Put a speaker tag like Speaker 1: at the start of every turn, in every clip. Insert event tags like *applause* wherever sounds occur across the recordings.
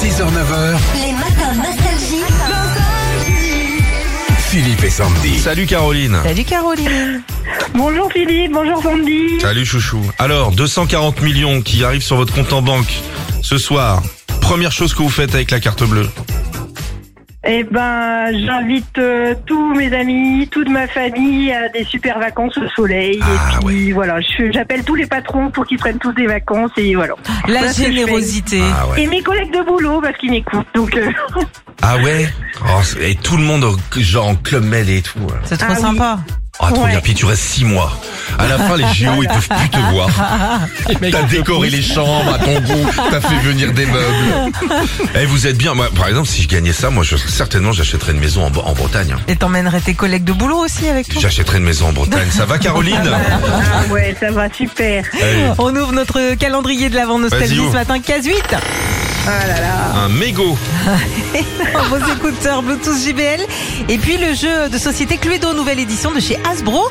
Speaker 1: 6h, 9h,
Speaker 2: Les matins nostalgie.
Speaker 1: Philippe et Sandy.
Speaker 3: Salut Caroline.
Speaker 4: Salut Caroline.
Speaker 5: Bonjour Philippe, bonjour Sandy.
Speaker 3: Salut chouchou. Alors, 240 millions qui arrivent sur votre compte en banque ce soir. Première chose que vous faites avec la carte bleue.
Speaker 5: Eh ben, j'invite euh, tous mes amis, toute ma famille à des super vacances au soleil.
Speaker 3: Ah,
Speaker 5: et puis voilà, je- j'appelle tous les patrons pour qu'ils prennent tous des vacances et voilà.
Speaker 4: La
Speaker 5: Voilà ce que je fais.
Speaker 4: générosité.
Speaker 3: Ah ouais.
Speaker 5: Et mes collègues de boulot parce qu'ils m'écoutent. Donc euh,
Speaker 3: Ah ouais Oh, c'est- Et tout le monde, en- genre en Club Med et tout. ouais.
Speaker 4: C'est trop
Speaker 5: Ah oui.
Speaker 4: sympa.
Speaker 3: Ah trop
Speaker 5: Ouais.
Speaker 3: bien, puis tu restes 6 mois. À la fin, les géos, ils peuvent plus te voir. T'as décoré les chambres à ton goût, t'as fait venir des meubles. Et vous êtes bien. Moi, par exemple, si je gagnais ça, moi, je, certainement, j'achèterais une maison en, Bre- en Bretagne. hein.
Speaker 4: Et t'emmènerais tes collègues de boulot aussi avec toi.
Speaker 3: J'achèterais une maison en Bretagne. Ça va, Caroline
Speaker 5: *laughs*
Speaker 3: Eh,
Speaker 5: ah ouais, ça va super.
Speaker 3: Allez.
Speaker 4: On ouvre notre calendrier de l'avant nostalgie
Speaker 3: ouvre.
Speaker 4: ce matin, case 8.
Speaker 3: *laughs* un mégot.
Speaker 4: Dans vos écouteurs Bluetooth JBL. Et puis le jeu de société Cluedo, nouvelle édition de chez Hasbro.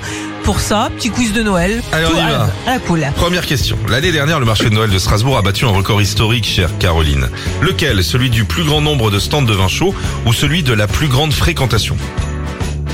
Speaker 4: Pour ça, petit quiz de Noël.
Speaker 3: Allez, on
Speaker 4: Tout
Speaker 3: y va.
Speaker 4: à la cool.
Speaker 3: Première question. L'année dernière, le marché de Noël de Strasbourg a battu un record historique, chère Caroline. Lequel Celui du plus grand nombre de stands de vin chaud ou celui de la plus grande fréquentation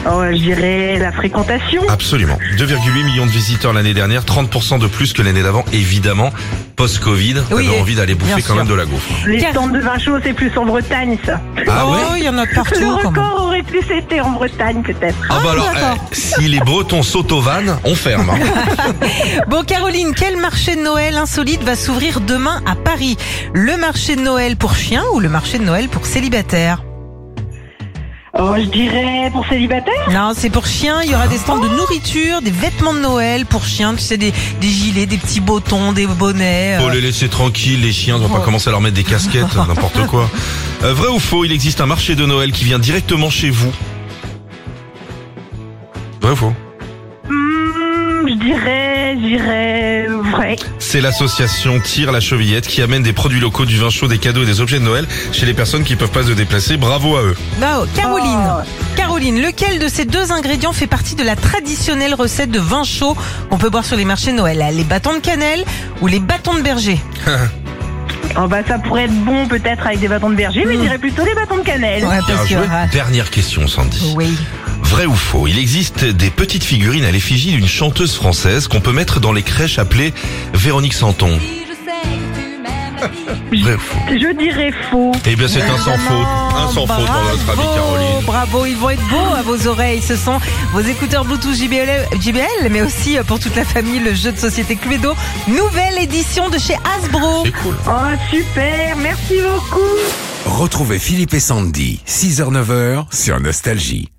Speaker 5: Oh, je dirais la fréquentation.
Speaker 3: Ah. Absolument. 2,8 millions de visiteurs l'année dernière, 30% de plus que l'année d'avant, évidemment. Post-Covid,
Speaker 4: Oui,
Speaker 3: t'avais
Speaker 4: et-
Speaker 3: envie d'aller bouffer
Speaker 4: bien
Speaker 3: quand
Speaker 4: sûr.
Speaker 3: même de la gaufre.
Speaker 5: Les
Speaker 4: Car-
Speaker 5: stands de vin chaud, c'est plus en Bretagne ça.
Speaker 3: Ah ouais
Speaker 4: oh, il y en a partout.
Speaker 5: Le
Speaker 4: quand même.
Speaker 5: record aurait plus été en Bretagne peut-être.
Speaker 3: Ah bah alors,
Speaker 4: d'accord.
Speaker 3: eh, si les Bretons sautent aux vannes, on ferme. hein.
Speaker 4: Bon Caroline, quel marché de Noël insolite va s'ouvrir demain à Paris Le marché de Noël pour chiens ou le marché de Noël pour célibataires
Speaker 5: Oh, je dirais pour célibataire.
Speaker 4: Non, c'est pour chiens. Il y aura des stands de nourriture, des vêtements de Noël pour chiens. Tu sais, des, des gilets, des petits botons, des bonnets. euh.
Speaker 3: Faut les laisser tranquilles, les chiens, on va pas commencer à leur mettre des
Speaker 4: *laughs*
Speaker 3: casquettes, n'importe quoi. Euh, vrai ou faux, il existe un marché de Noël qui vient directement chez vous Vrai ou faux
Speaker 5: Hmm, je dirais, je dirais vrai.
Speaker 3: C'est l'association Tire la Chevillette qui amène des produits locaux, du vin chaud, des cadeaux et des objets de Noël chez les personnes qui peuvent pas se déplacer. Bravo à eux.
Speaker 4: Non, Bah, Caroline.
Speaker 5: Oh.
Speaker 4: Caroline, lequel de ces deux ingrédients fait partie de la traditionnelle recette de vin chaud qu'on peut boire sur les marchés de Noël Les bâtons de cannelle ou les bâtons de berger
Speaker 5: Oh bah ça pourrait être bon peut-être avec des bâtons de berger, mais je dirais plutôt les bâtons de cannelle.
Speaker 4: Ouais,
Speaker 3: Bien
Speaker 4: parce que,
Speaker 3: joué.
Speaker 4: ah,
Speaker 3: Dernière question, Sandy.
Speaker 4: Oui.
Speaker 3: Vrai ou faux, il existe des petites figurines à l'effigie d'une chanteuse française qu'on peut mettre dans les crèches appelées Véronique Santon. Vrai ou faux
Speaker 5: Je dirais faux.
Speaker 3: Eh bien, c'est un sans faute. Un sans faute dans notre avis,
Speaker 4: Bravo,
Speaker 3: Caroline.
Speaker 4: Bravo, ils vont être beaux à vos oreilles. Ce sont vos écouteurs Bluetooth JBL, JBL, mais aussi euh, pour toute la famille, le jeu de société Cluedo. Nouvelle édition de chez Hasbro.
Speaker 3: C'est cool.
Speaker 5: Oh super, merci beaucoup.
Speaker 1: Retrouvez Philippe et Sandy, 6h, 9h sur Nostalgie.